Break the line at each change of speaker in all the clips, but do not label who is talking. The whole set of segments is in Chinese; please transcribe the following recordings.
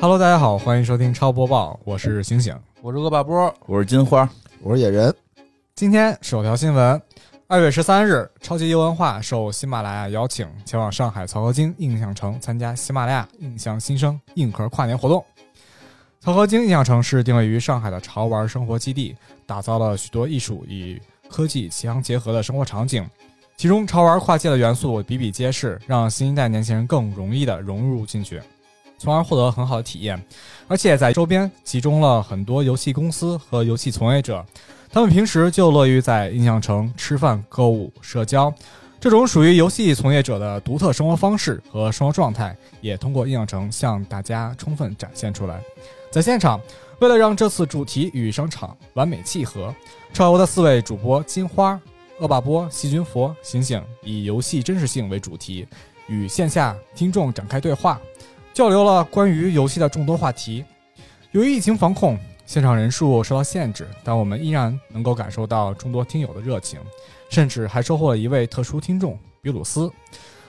Hello，大家好，欢迎收听超播报，我是醒醒。
我是恶霸波，
我是金花，
我是野人，
今天首条新闻，二月十三日，超级优文化受喜马拉雅邀请，前往上海曹河泾印象城参加喜马拉雅印象新生硬核跨年活动。曹河泾印象城是定位于上海的潮玩生活基地，打造了许多艺术与科技相结合的生活场景，其中潮玩跨界的元素比比皆是，让新一代年轻人更容易的融入进去，从而获得很好的体验。而且在周边集中了很多游戏公司和游戏从业者，他们平时就乐于在印象城吃饭、购物、社交，这种属于游戏从业者的独特生活方式和生活状态，也通过印象城向大家充分展现出来。在现场，为了让这次主题与商场完美契合，超游的四位主播金花、恶霸波、细菌佛、醒醒以游戏真实性为主题，与线下听众展开对话，交流了关于游戏的众多话题。由于疫情防控，现场人数受到限制，但我们依然能够感受到众多听友的热情，甚至还收获了一位特殊听众比鲁斯。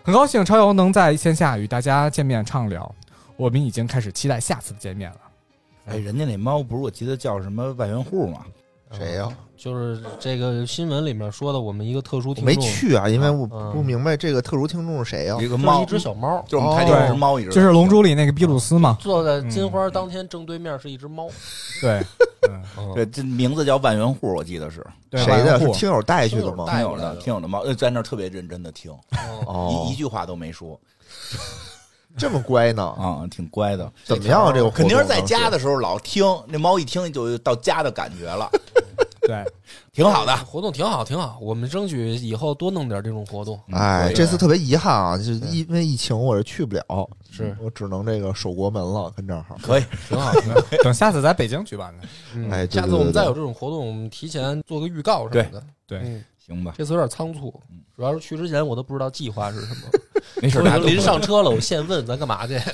很高兴超游能在线下与大家见面畅聊，我们已经开始期待下次的见面了。
哎，人家那猫不是我记得叫什么万元户吗？
嗯
谁呀、
就是这个新闻里面说的，我们一个特殊
我
听众
没，去啊，因为我
嗯
不明白这个特殊听众是谁呀、
哦一个
就是
猫，
一只小猫，
就是我们台里
哦
一只猫，一嗯只
就是《龙珠》里那个比鲁斯嘛？
坐在金花当天正对面是一只猫，
对，嗯
对，这名字叫万元户，我记得是
对
谁
万
的？
户
是听友带去的
听友
吗？
带
挺
过
有
来的
哦的，挺有的猫，呃在那儿特别认真的听，
哦
哦
一一，句话都没说
这么乖呢？
啊，挺乖的。
怎么样啊？这个活动
肯定是在家
当时
的时候老听，那猫一听就有到家的感觉了，
对，
挺好的。
活动挺好，挺好，我们争取以后多弄点这种活动。
嗯
哎，
对
这次特别遗憾啊，就是因为疫情我是去不了，
是
我只能这个守国门了，跟这儿好。
可以，
挺好。
等下次在北京举办的。
嗯
哎对对
下次我们
对对
再有这种活动，我们提前做个预告什么的。
对对
嗯，
行吧，
这次有点仓促，主要是去之前我都不知道计划是什 么，
没事
我
大家
已
都
经临上车了，我现问咱干嘛去？啊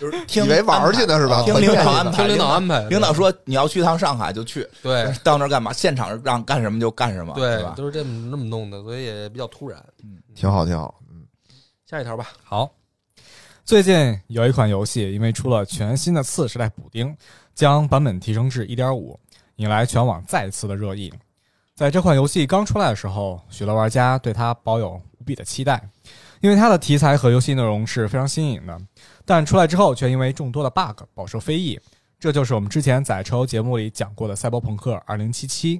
就是听
以为玩儿去呢是吧？
听领导安排，
听领导安排，
领导说你要去趟上海就去，
对
到那儿干嘛？现场让干什么就干什么，是
对，
吧？
都是这么这么弄的，所以也比较突然。
挺好，挺好。
下一条吧，
好，最近有一款游戏因为出了全新的次时代补丁，将版本提升至1.5，引来全网再次的热议。在这款游戏刚出来的时候，许多玩家对它抱有无比的期待，因为它的题材和游戏内容是非常新颖的。但出来之后，却因为众多的 bug 饱受非议。这就是我们之前在抽油节目里讲过的《赛博朋克2077》。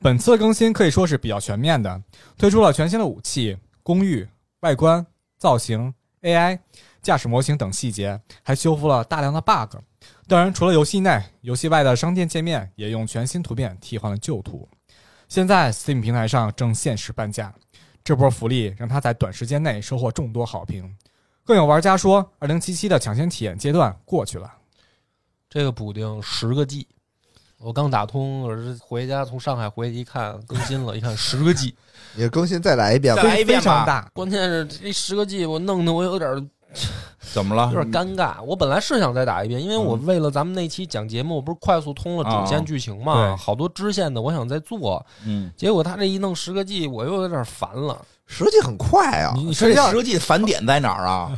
本次的更新可以说是比较全面的，推出了全新的武器、公寓、外观、造型、AI、驾驶模型等细节，还修复了大量的 bug。当然，除了游戏内，游戏外的商店界面也用全新图片替换了旧图。现在 Steam 平台上正限时半价，这波福利让它在短时间内收获众多好评。更有玩家说，二零七七的抢先体验阶段过去了。
这个补丁十个 G，我刚打通，我是回家从上海回去一看更新了，一看十个 G，
也更新再来一遍吧
再。来一遍吧
非常大，
关键是这十个 G 我弄得我有点
怎么
啊
了？
有点尴尬，我本来是想再打一遍，因为我为了咱们那期讲节目，我不是快速通了主线剧情嘛，
嗯啊对
好多支线的我想再做，
嗯，
结果他这一弄十个 G，我又有点烦了。
实际很快啊，
你你
这
睡觉
实际返点在哪儿啊？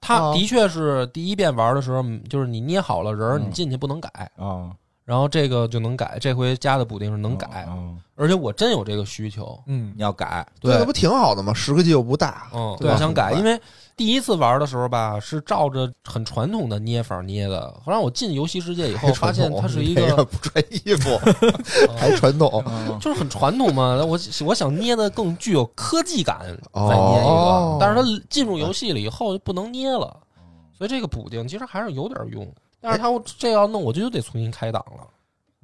他
啊
的确是第一遍玩的时候，就是你捏好了人儿，
嗯
你进去不能改，
啊，
然后这个就能改，这回加的补丁是
哦
能改，
哦
而且我真有这个需求，
嗯，
你要改，
对
这不挺好的吗？十个 G 又不大，
嗯，
对
我
吧
想改，
很快
因为第一次玩的时候吧，是照着很传统的捏法捏的。后来我进游戏世界以后，发现它是一
这
个，
不穿衣服，
嗯
还传 统。
就是很传统嘛。我我想捏的更具有科技感，
哦
再捏一个。但是它进入游戏了以后就不能捏了，所以这个补丁其实还是有点用。但是它这要弄，我就又得重新开档了。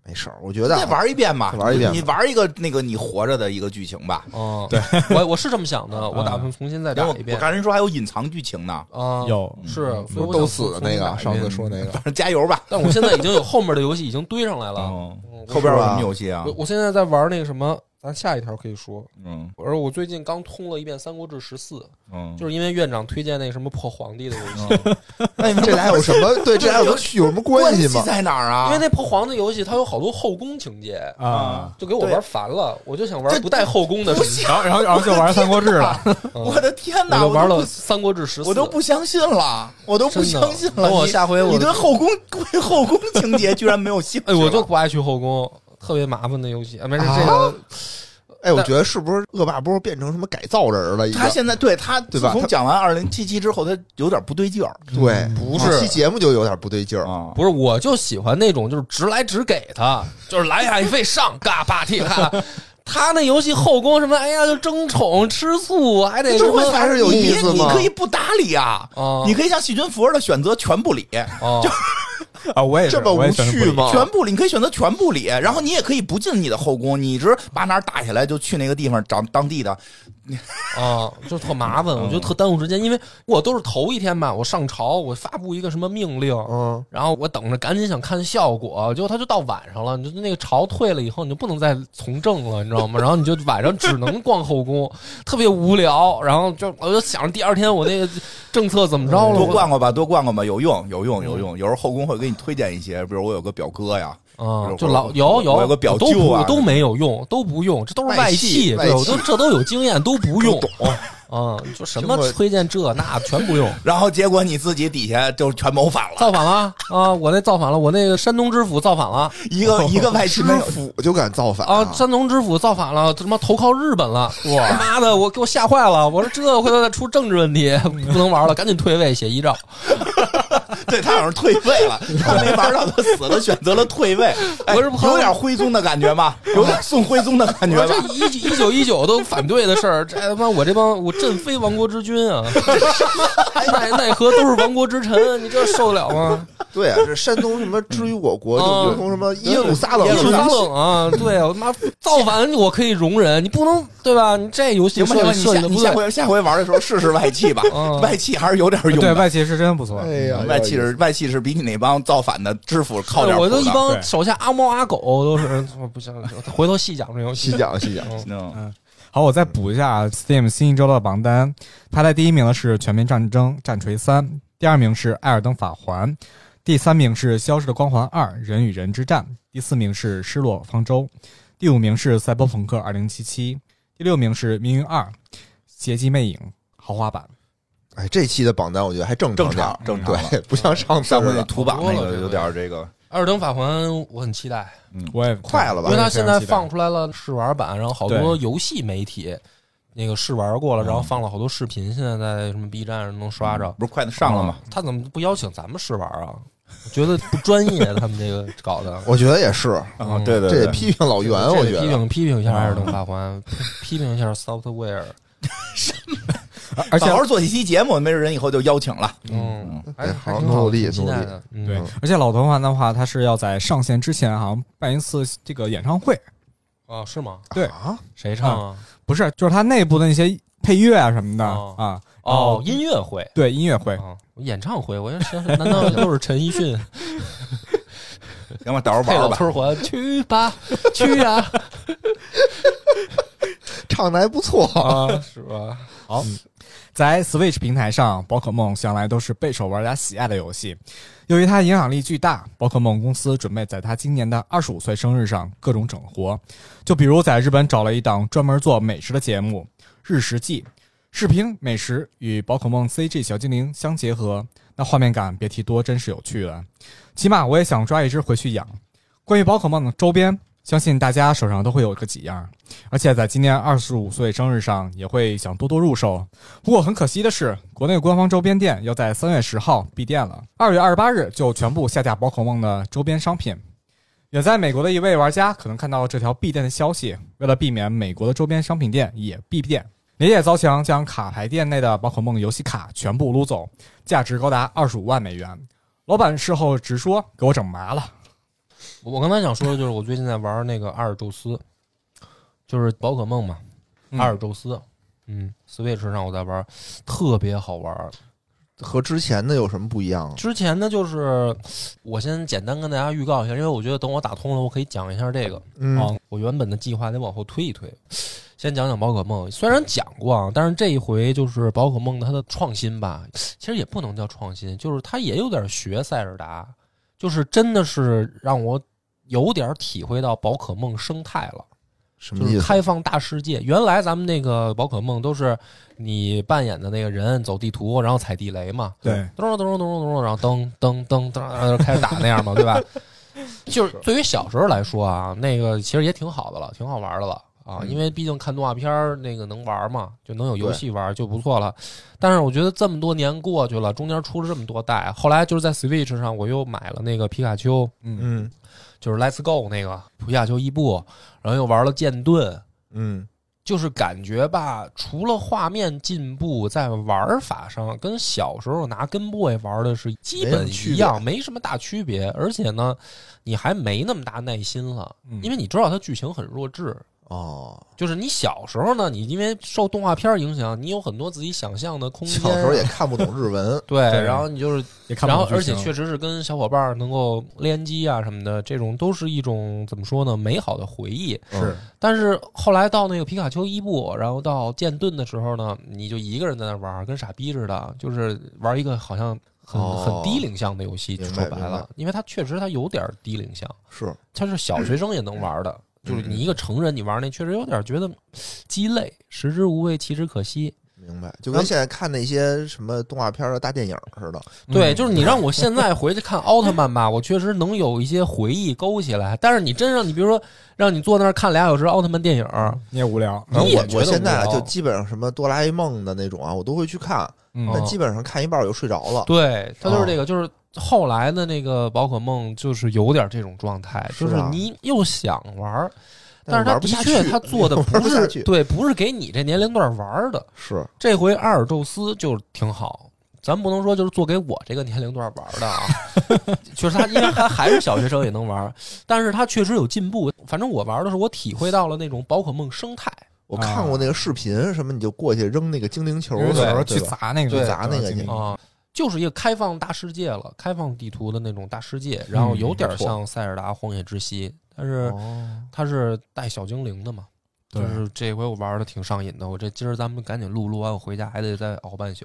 没事儿，我觉得
再
啊
玩一遍吧，
再玩一遍吧
你玩一个那个你活着的一个剧情
哎
吧。
嗯，对，我我是这么想
嗯
的，我打算重新再
然
打
后
一
我
遍。
看人说还有隐藏剧情呢，
啊，
有
是，所以我想
都死的那
重新打
个，
一
上
遍
次说那个哦
反正加油吧。
但我现在已经有后面的游戏已经堆上来了。
嗯，
嗯我
后边有什么游戏啊
我？我现在在玩那个什么《咱下一条可以说。
嗯
而我最近刚通了一遍《三国志十四》，
嗯，
就是因为院长推荐那什么破皇帝的游 戏，
那你们这俩有什 么？对，这俩有什么区有什么关系吗？
在哪儿
因为
啊？
那破皇帝游戏它有好多后宫情节，
啊，
就给我玩烦了，我就想玩不带后宫的游戏。
然后啊然后然后就玩《三国志》了，
嗯
我的天
我
哪！
就玩
都
了《
不
三国志十四》，
我都不相信了，我都不
真的
相信了。
等我
你
下回我
你对后宫对后宫情节居然没有兴趣
哎，
了，
我就不爱去后宫，特别麻烦的游戏。啊，没事，
啊
这个
哎，我觉得是不是恶霸波变成什么改造人了？已经
他现在对他自
对吧
从
他
讲完二零七七之后，他有点不对劲儿
对，
不
这期
是。
节目就有点不对劲儿。
啊。
不是，我就喜欢那种就是直来直给他，就是来呀，一费上，嘎吧踢嘎。他那游戏后宫什么，哎呀，就争宠、吃醋，还得什
这
么
会
才是有意思
你
吗
你可以不搭理啊，
啊，
你可以像细菌佛的选择全不理，
啊，
啊，我也是
这么
我也
无
选的不
趣
一样
吗？
全不理，你可以选择全不理，然后你也可以不进你的后宫，你一直把哪儿打下来就去那个地方找当地的。
啊，就特麻烦，
嗯
我觉得特耽误时间，因为我都是头一天吧，我上朝，我发布一个什么命令，
嗯，
然后我等着赶紧想看效果，结果他就到晚上了，你就那个朝退了以后，你就不能再从政了，你知道吗？然后你就晚上只能逛后宫，特别无聊，然后就我就想着第二天我那个政策怎么着了，
多
我
逛逛吧，多逛逛吧，有用，有用，有用。有时候后宫会给你推荐一些，比如我有个表哥呀，
啊
有，
就老
我
有有
我有个表
都不
舅啊
都没有用，都不用，这都是
外
系，
系
对，我
外系
都这都有经验，都不用
懂。
啊，就什么
听过
推荐这那全不用。
然后结果你自己底下就全谋反了，
造反了啊！我那造反了，我那个山东知府造反了
一 个一个外戚
知
没有。
府就敢造反
啊！山东知府造反了，他妈投靠日本了！哇，妈的，我给我吓坏了！我说这回头再出政治问题， 不能玩了，赶紧退位写遗诏。
对他好像退位了，他没玩到，他死了，选择了退位，哎
我是怕
有点徽宗的感觉吧，有 点宋徽宗的感
我
觉
说
吧
这。一一九一九都反对的事儿，这哎他妈我这帮我朕非亡国之君啊，奈奈何都是亡国之臣，你这受得了吗？
对啊，这山东什么之于我国，
嗯
就如同什么耶路撒冷
耶
是
路撒
吧？
冷啊！对我妈造反我可以容忍，你不能对吧？你这游戏
行吧，
设
行吧，你
计设计
下
的
你
不
下
对。
回下回玩的时候试试外戚吧
嗯，
外戚还是有点用
对
的。
外戚是真不错，
哎呀，
外戚是外戚是比你那帮造反的知府靠点
对
谱
我
的。
都一
对
帮手下阿猫阿狗都是， 我不行，回头细讲这游戏。
细讲细讲，
嗯
嗯
好，我再补一下啊 Steam 新一周的榜单，排在第一名的是《全面战争：战锤三》，第二名是《艾尔登法环》，第三名是《消失的光环二：人与人之战》，第四名是《失落方舟》，第五名是《赛博朋克2077》，第六名是《命运二：邪姬魅影》豪华版。
哎，这期的榜单我觉得还正常点儿，
正常正常
对，不像上次
上回
似
那
的，
图榜那
多
个
了这个
有点这个，
艾尔登法环我很期待，
我也
快了
因
吧
为？它
我也非
现
常
在
期待
放出来了试玩版，然后好多游戏媒体那个试玩过了，
嗯
然后放了好多视频，现在在什么 B 站上能刷着。
不是快上了吗？
他怎么不邀请咱们试玩啊？我觉得不专业，他们这个搞的。
我觉得也是，
啊，对对
这
对
也，批评老袁，
这
我
得
觉
批
得嗯
评批评一下艾尔登法环，批评一下 Software。
而而且
好好做一期节目，没准人以后就邀请了。
嗯，还
哎
还
好
挺好
努力
挺期待
努力
的。嗯
对，而且老头环的话，它是要在上线之前好像办一次这个演唱会，
啊，是吗？
对
啊，
谁唱啊？
不是，就是它内部的那些配乐啊什么的、
哦
啊。然后
哦，音乐会。
对音乐会，
啊，我演唱会，我要 想想，难道都是陈奕迅
行吧，到时候
配
玩
老
玩吧。
头环？去吧，去啊呀！
唱的还不错，
啊，是吧？
在 Switch 平台上，宝可梦向来都是备受玩家喜爱的游戏。由于它影响力巨大，宝可梦公司准备在它今年的二十五岁生日上各种整活，就比如在日本找了一档专门做美食的节目《日食记》，视频美食与宝可梦 CG 小精灵相结合，那画面感别提多真是有趣了。起码我也想抓一只回去养。关于宝可梦的周边，相信大家手上都会有个几样，而且在今年二十五岁生日上也会想多多入手，不过很可惜的是，国内官方周边店要在三月十号闭店了，二月二十八日就全部下架宝可梦的周边商品。远在美国的一位玩家可能看到这条闭店的消息，为了避免美国的周边商品店也闭店，连夜遭强将卡牌店内的宝可梦游戏卡全部撸走，价值高达二十五万美元。老板事后直说给我整麻了，
我我刚才想说的就是，我最近在玩那个阿尔宙斯，就是宝可梦嘛，
嗯
阿尔宙斯。嗯，Switch 上我在玩，特别好玩。
和之前的有什么不一样啊？
之前呢，就是我先简单跟大家预告一下，因为我觉得等我打通了，我可以讲一下这个。
嗯，
啊，我原本的计划得往后推一推，先讲讲宝可梦。虽然讲过啊，但是这一回就是宝可梦它的创新吧，其实也不能叫创新，就是它也有点学塞尔达，就是真的是让我有点体会到宝可梦生态了。
什
就
么意
是
思？
开放大世界。原来咱们那个宝可梦都是你扮演的那个人走地图，然后踩地雷嘛，
对，
咚咚咚咚咚咚，然后噔噔噔噔，然后就开始打那样嘛，对吧？就是对于小时候来说啊，那个其实也挺好的了，挺好玩的了啊，
嗯
因为毕竟看动画片儿那个能玩嘛，就能有游戏玩就不错了。但是我觉得这么多年过去了，中间出了这么多代，后来就是在 Switch 上我又买了那个皮卡丘，
嗯，
嗯
就是 Let's Go 那个皮卡丘伊布，然后又玩了剑盾，
嗯
就是感觉吧，除了画面进步，在玩法上跟小时候拿跟 boy 玩的是基本一样，没什么大区别。而且呢，你还没那么大耐心了，
嗯
因为你知道它剧情很弱智。
哦，
就是你小时候呢，你因为受动画片影响，你有很多自己想象的空间。
小时候也看不懂日文
，对，
对
然后你就是
也看不
然后
懂，剧
而且
情
确实是跟小伙伴儿能够联机啊什么的，这种都是一种怎么说呢，美好的回忆。
嗯
是
但是后来到那个皮卡丘伊布，然后到剑盾的时候呢，你就一个人在那玩儿，跟傻逼似的，就是玩一个好像很、
哦
很低龄向的游戏。
明白
说白
明白
了，因为它确实它有点儿低龄向，
是
它是小学生也能玩的。
嗯
就是你一个成人，你玩那确实有点觉得鸡肋，食之无味，弃之可惜。
明白，就跟现在看那些什么动画片儿啊、大电影似的。
对，
嗯
就是你让我现在回去看 奥特曼吧，我确实能有一些回忆勾起来。但是你真让你，比如说让你坐那儿看俩小时奥特曼电影，
你也无聊，
然后
你
我
也觉
我
得
现在啊
无
就
聊
基本上什么哆啦 A 梦的那种啊，我都会去看，
嗯
哦
但基本上看一半儿我就睡着了。
对，它
哦
就是这个，就是后来的那个宝可梦，就是有点这种状态，
是
就
啊
是你又想玩儿，但
但
是它
玩不
的
下
确
去
它做 的
玩
不
不下
是
去
对，不是给你这年龄段玩儿的。
是
这回阿尔宙斯就挺好。咱不能说就是做给我这个年龄段玩儿的啊， 就是他，因为他还是小学生也能玩儿，但是他确实有进步。反正我玩儿的时候，我体会到了那种宝可梦生态，
我看过那个视频，什么你就过去扔那个精灵球
有
的，
小时候
对
去
吧
砸那个，
对砸那个
精灵
啊、就是一个开放大世界了，开放地图的那种大世界，然后有点
嗯没错
像塞尔达《荒野之息》，但是
哦，
它是带小精灵的嘛。就
对
是这回我玩的挺上瘾的，我这今儿咱们赶紧录，录完我回家还得再熬 半宿。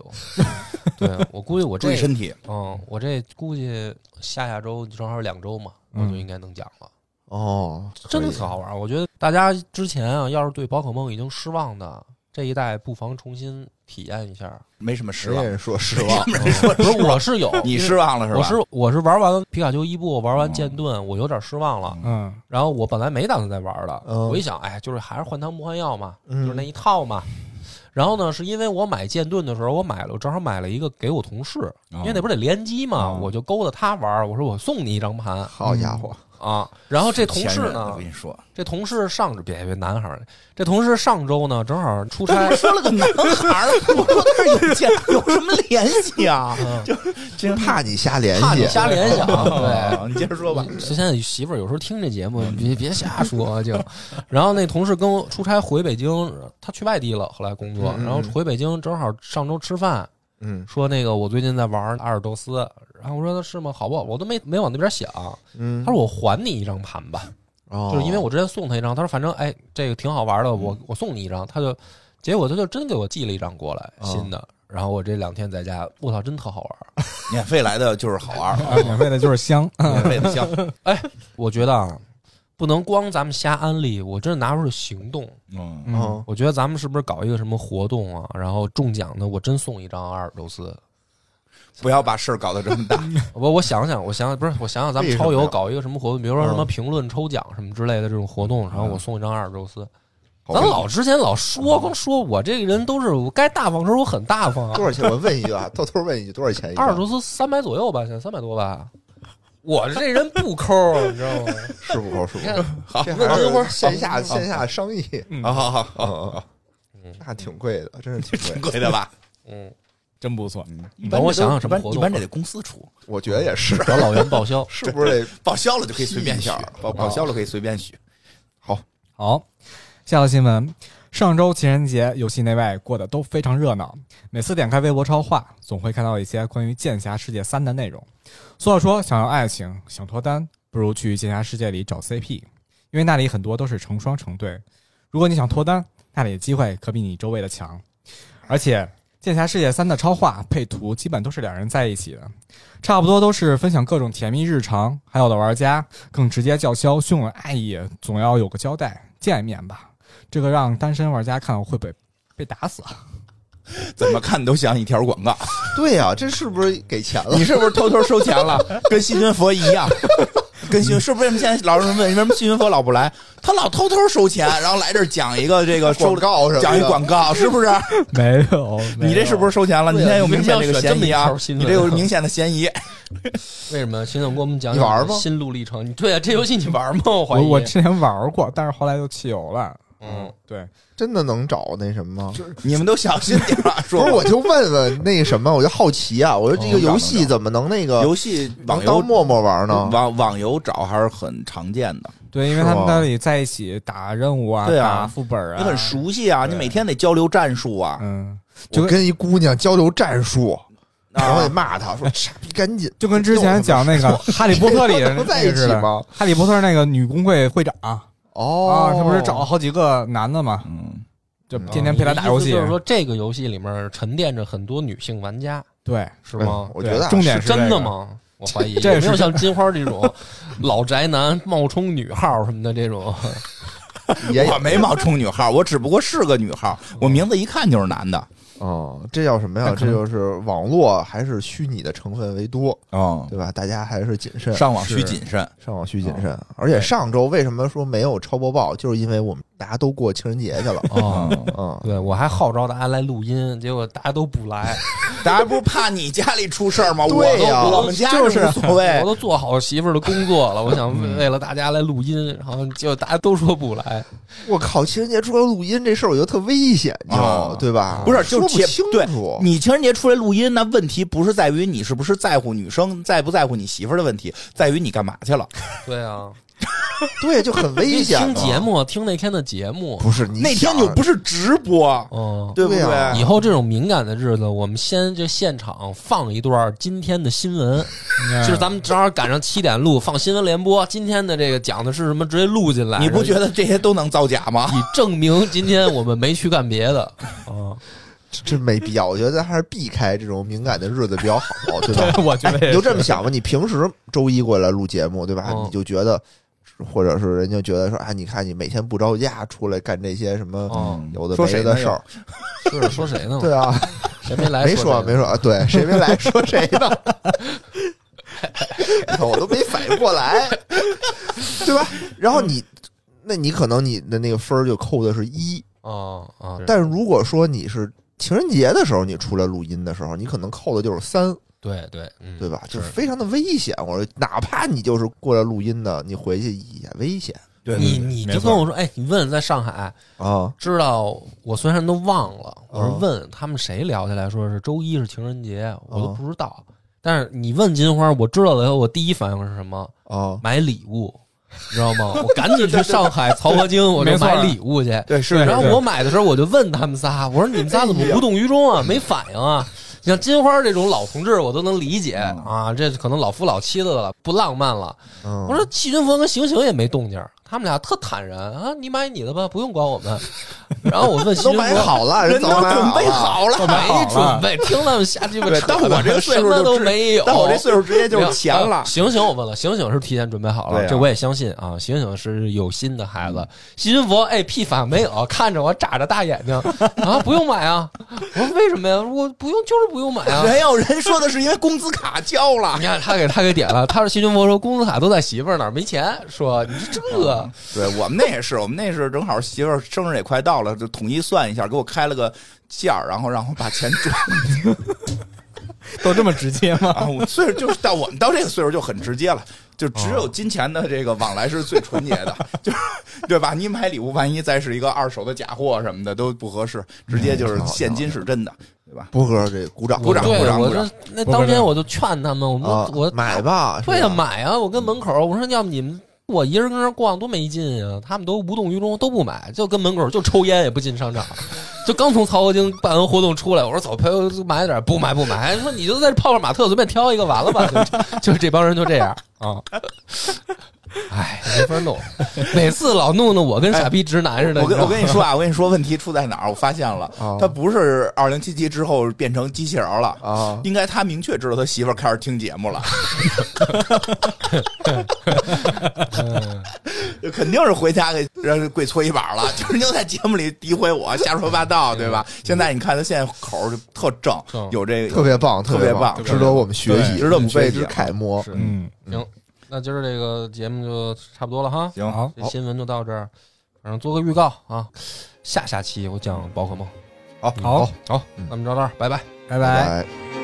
对我估计我
注
这
意身体。
嗯，我这估计下下周正好两周嘛，我
嗯
就应该能讲了。
哦，
真的
可以
挺好玩儿，我觉得大家之前啊，要是对宝可梦已经失望的，这一代不妨重新体验一下。嗯
没什么失
没
望，，
人说失望
没说
不是，我是有，
你失望了是吧？
我是我是玩完了皮卡丘伊布，玩完剑盾，我有点失望了。
嗯，
然后我本来没打算再玩了，
嗯
我一想，哎，就是还是换汤不换药嘛，
嗯
就是那一套嘛。然后呢，是因为我买剑盾的时候，我买了，我正好买了一个给我同事，
嗯
哦
因为那不是得联机嘛，
哦
我就勾搭他玩儿，我说我送你一张盘
好家伙，哦
啊。然后这同
前
事
任
呢
我跟，你说，
这同事上周别别男孩儿，这同事上周呢正好出 差，
说了个男孩儿，我说那是有钱有什么联系啊？
嗯
真
怕你瞎联
怕你
系，
瞎 联想， 对。，
哦你接着说吧。
现在媳妇儿有时候听这节目，
嗯
别别瞎说啊就。然后那同事跟我出差回北京，他去外地了，后来工作，
嗯嗯嗯
然后回北京正好上周吃饭，
嗯
说那个我最近在玩阿尔宙斯，然后我说是吗？好不好？我都没没往那边想。
嗯，
他说我还你一张盘吧，
哦嗯
就是因为我之前送他一张，他说反正哎这个挺好玩的，我我送你一张，他就结果他就真给我寄了一张过来
哦
新的。然后我这两天在家，我操，真特好玩儿！
免费来的就是好玩
啊，免费的就是香，
儿，免费的香。
我觉得啊，不能光咱们瞎安利，我真的拿出去行动。
嗯，
嗯
哦，
我觉得咱们是不是搞一个什么活动啊？然后中奖的，我真送一张阿尔宙斯。
不要把事儿搞得这么大。
我我想想，我想想，不是，我想想，咱们
为什么
超
呀
游搞一个什么活动，比如说什么
嗯
评论抽奖什么之类的这种活动，然后我送一张阿尔宙斯。
好
咱老之前老说，光说我这个人都是我该大方时候我很大方啊
多。少钱？我问一句啊，偷偷问一句，多少钱一张？
阿尔宙斯三百左右吧，现在三百多吧。我这人不抠，你 知道吗？
是不够，是不
你
够
看。
好
这
那
还
等一会儿啊
是线下
好
线下商议，
好好好好，
嗯那挺贵的，真是挺
挺。
贵
贵的吧？
嗯，
真不错，
一
等我想想什么
般
活动
一般这得公司出，
我觉得也是，。
找老袁报 销
是不是得
报销了就可以随便选
继续，
报报销了可以随便许。
好，下个新闻，上周情人节，游戏内外过得都非常热闹。每次点开微博超话，总会看到一些关于《剑侠世界三》的内容。所以说，想要爱情，想脱单，不如去《剑侠世界》里找 CP，因为那里很多都是成双成对。如果你想脱单，那里的机会可比你周围的强。而且，《剑侠世界三》的超话配图基本都是两人在一起的，差不多都是分享各种甜蜜日常。还有的玩家更直接叫嚣汹涌爱意，总要有个交代，见一面吧。这个让单身玩家看会被被打死 啊！
怎么看都像一条广告。
对呀、这是不是给钱了
你？是不是偷偷收钱了？跟西云佛一样，跟西云是不是？为什么现在老有人问为什么西云佛老不来？他老偷偷收钱，然后来这儿讲一个这个收
广告什么的
讲一广告，是不是？
没有，
你这是不是收钱了？你
对啊
现在有明显这个嫌疑
你为什么要选这么一
啊
条！新
你
闻啊
这有明显的嫌疑。
为什么？秦总给我们讲
你
讲
玩
你的
吗
心路历程。你对啊，这游戏你玩吗？我怀
我
疑。
我之前玩过，但是后来就弃游了。
嗯，
对，
真的能找那什么吗？
你们都小心点啊！
不
说
是，我就问问那什么，我就好奇啊，我说这个游戏怎么能那个
游戏网
能当
游
陌陌玩呢？
网网游找还是很常见的，
对，因为
是吗
他们那里在一起打任务啊，
对啊
打副本啊，
你很。熟悉啊，
对
你每天得交流战术啊。
嗯，就
我
跟
跟一姑娘交流战术，然后
啊
得骂她说傻逼，赶紧
就跟之前讲那 个《哈利波特》里的
能
那
在一
个
起
似的，《
吗？
哈利波特》那个女工会会长
哦
啊，，他不是找了好几个男的嘛，
嗯，
就
嗯
天天陪他打游
哦你
戏
的意思就。是说这个游戏里面沉淀着很多女性玩家，
对，
是吗
嗯？我觉得
对
啊
重点
是真
这
的
个？
吗？我怀 疑
这
有没有
是
像金花这种老宅男冒充女号什么的这种。
也
我
有
没冒充女号，我只不过是个女号，我名字一看就是男的。
哦，这叫什么呀
那？可
这
能
就是网络还是虚拟的成分为多，
哦，
对吧？大家还是谨慎，
上网需
是
谨慎。嗯
上网需谨慎。而且上周为什么说没有超播报，就是因为我们大家都过情人节去了。
哦，
嗯，
对我还号召大家来录音，结果大家都不来，
大家不是怕你家里出事儿吗？我
对
都
呀
我们家
就是
无所谓
我。都做好媳妇儿的工作了。我想为为了大家来录音，然后结果大家都说不来。
我靠，情人节出来录音这事儿，我觉得特危险，你知道
啊
吗？对吧？
不是
说
就
不
是且
清
对
楚。
你情人节出来录音，那问题不是在于你是不是在乎女生，在不在乎你媳妇儿的问题，在于你干嘛去了。
对啊，
对，就很危
你
险。啊
听节，目，听那天的节目，
不是你
那天
想
就不是直播，
嗯。
对不
对啊
以后这种敏感的日子，我们先就现场放一段今天的新闻，
嗯
就是咱们正好赶上七点录，放新闻联播。今天的这个讲的是什么，直接录进来。
你不觉
然后
得这些都能造假吗？
以证明今天我们没去干别 的？
哦
啊，
这没必要，我觉得咱还是避开这种敏感的日子比较好，对吧？
我觉 得
你
也
就是这么想吧，你平时周一过来录节目，对吧？
嗯
你就觉得，或者是人家觉得说，哎，你看你每天不着家，出来干这些什么
哦，
有的
说
没
谁
的
呢
事儿，
是说谁呢？
嗯对啊，
谁没来？
没说没
说
说，啊对，谁没来 说谁呢？你看我都没反应过来，对吧？然后你，那你可能你的那个分儿就扣的是一，
啊啊！
但是如果说你是情人节的时候你出来录音的时候，你可能扣的就是三。
对对，嗯，
对吧？就是
是
非常的危险。我说，哪怕你就是过来录音的，你回去也危险
对
你你
没
就
错
跟我说，哎，你问在上海
啊！
知道，我虽然都忘了，我是
嗯
问他们谁聊起来说是周一是情人节，我都
嗯
不知道。但是你问金花，我知道了以后，我第一反应是什么？
啊，
买礼物，你知道吗？我赶紧去上海曹河泾，我就
没错
买礼物去。
对，
对
然后我买的时候，我就问他们仨，我说你们仨怎么无动于衷啊？没反应啊？你像金花这种老同志，我都能理解啊，这可能老夫老妻的了，不浪漫了。
嗯
我说戚云佛跟邢行也没动静儿，他们俩特坦然啊，你买你的吧，不用管我们。然后我 问
都
邢
买
佛，
好了，
人
都
都
买
准备
了。
好了。
没准备，听他们瞎鸡巴
啊对
扯，
但我这个岁
什
数
么
就
都
知
没有。
但我这岁数直接就是钱了
啊。醒醒，我问了，醒醒是提前准备好了，
对啊
这我也相信啊。醒醒是有心的孩子，西云佛哎屁反没有，看着我眨着大眼睛啊，不用买啊。我说为什么呀？我不用，就是不用买啊。
没有人说的是因为工资卡交了
你，看他给他给点了，他说西云佛说工资卡都在媳妇儿那儿，没钱。说你这这
对我们那也是，我们那是正好媳妇儿生日也快到了，就统一算一下，给我开了个价儿，然后让我把钱转。
都这么直接吗？
啊， 我岁数就是到我们到这个岁数就很直接了，就只
哦
有金钱的这个往来是最纯洁的，就是对吧？你买礼物，万一再是一个二手的假货什么的都不合适，直
嗯
接就是现金是真的，对吧？
波哥，这鼓掌
鼓掌
对
鼓掌
我
鼓掌
这那
不
当
是
天我就劝他们，我们
啊！
我
买吧，
对
是
呀，
吧
买啊！我跟门口我说，要不你们我一人跟那儿逛多没劲啊！他们都无动于衷，都不买，就跟门口就抽烟，也不进商场。就刚从曹国京办完活动出来，我说走，陪我买点儿，不买不买。说你就在这泡泡玛特随便挑一个，完了吧？就就这帮人就这样啊！哎，没法弄，每次老弄得我跟傻逼直男似的。
我跟
你知
我
道吗
跟你 说啊，我跟你说问题出在哪儿？我发现了，
哦
他不是二零七七之后变成机器人儿了，
啊，
应该他明确知道他媳妇儿开始听节目了，肯定是回家给让跪搓衣板了， 就是你又在节目里诋毁我，瞎说八道，对吧？现在你看他现在口儿就特正
正，
有这个
特别棒，
特别
别
棒
值得我们学习，啊
对值得我们
以为
学习
之楷模。
是
嗯，
行，那今儿这个节目就差不多了哈，
行，
好，
这新闻就到这儿，反正做个预告啊，下下期我讲宝可梦。
好，
好，那么着到这儿，拜拜。
拜拜。
拜。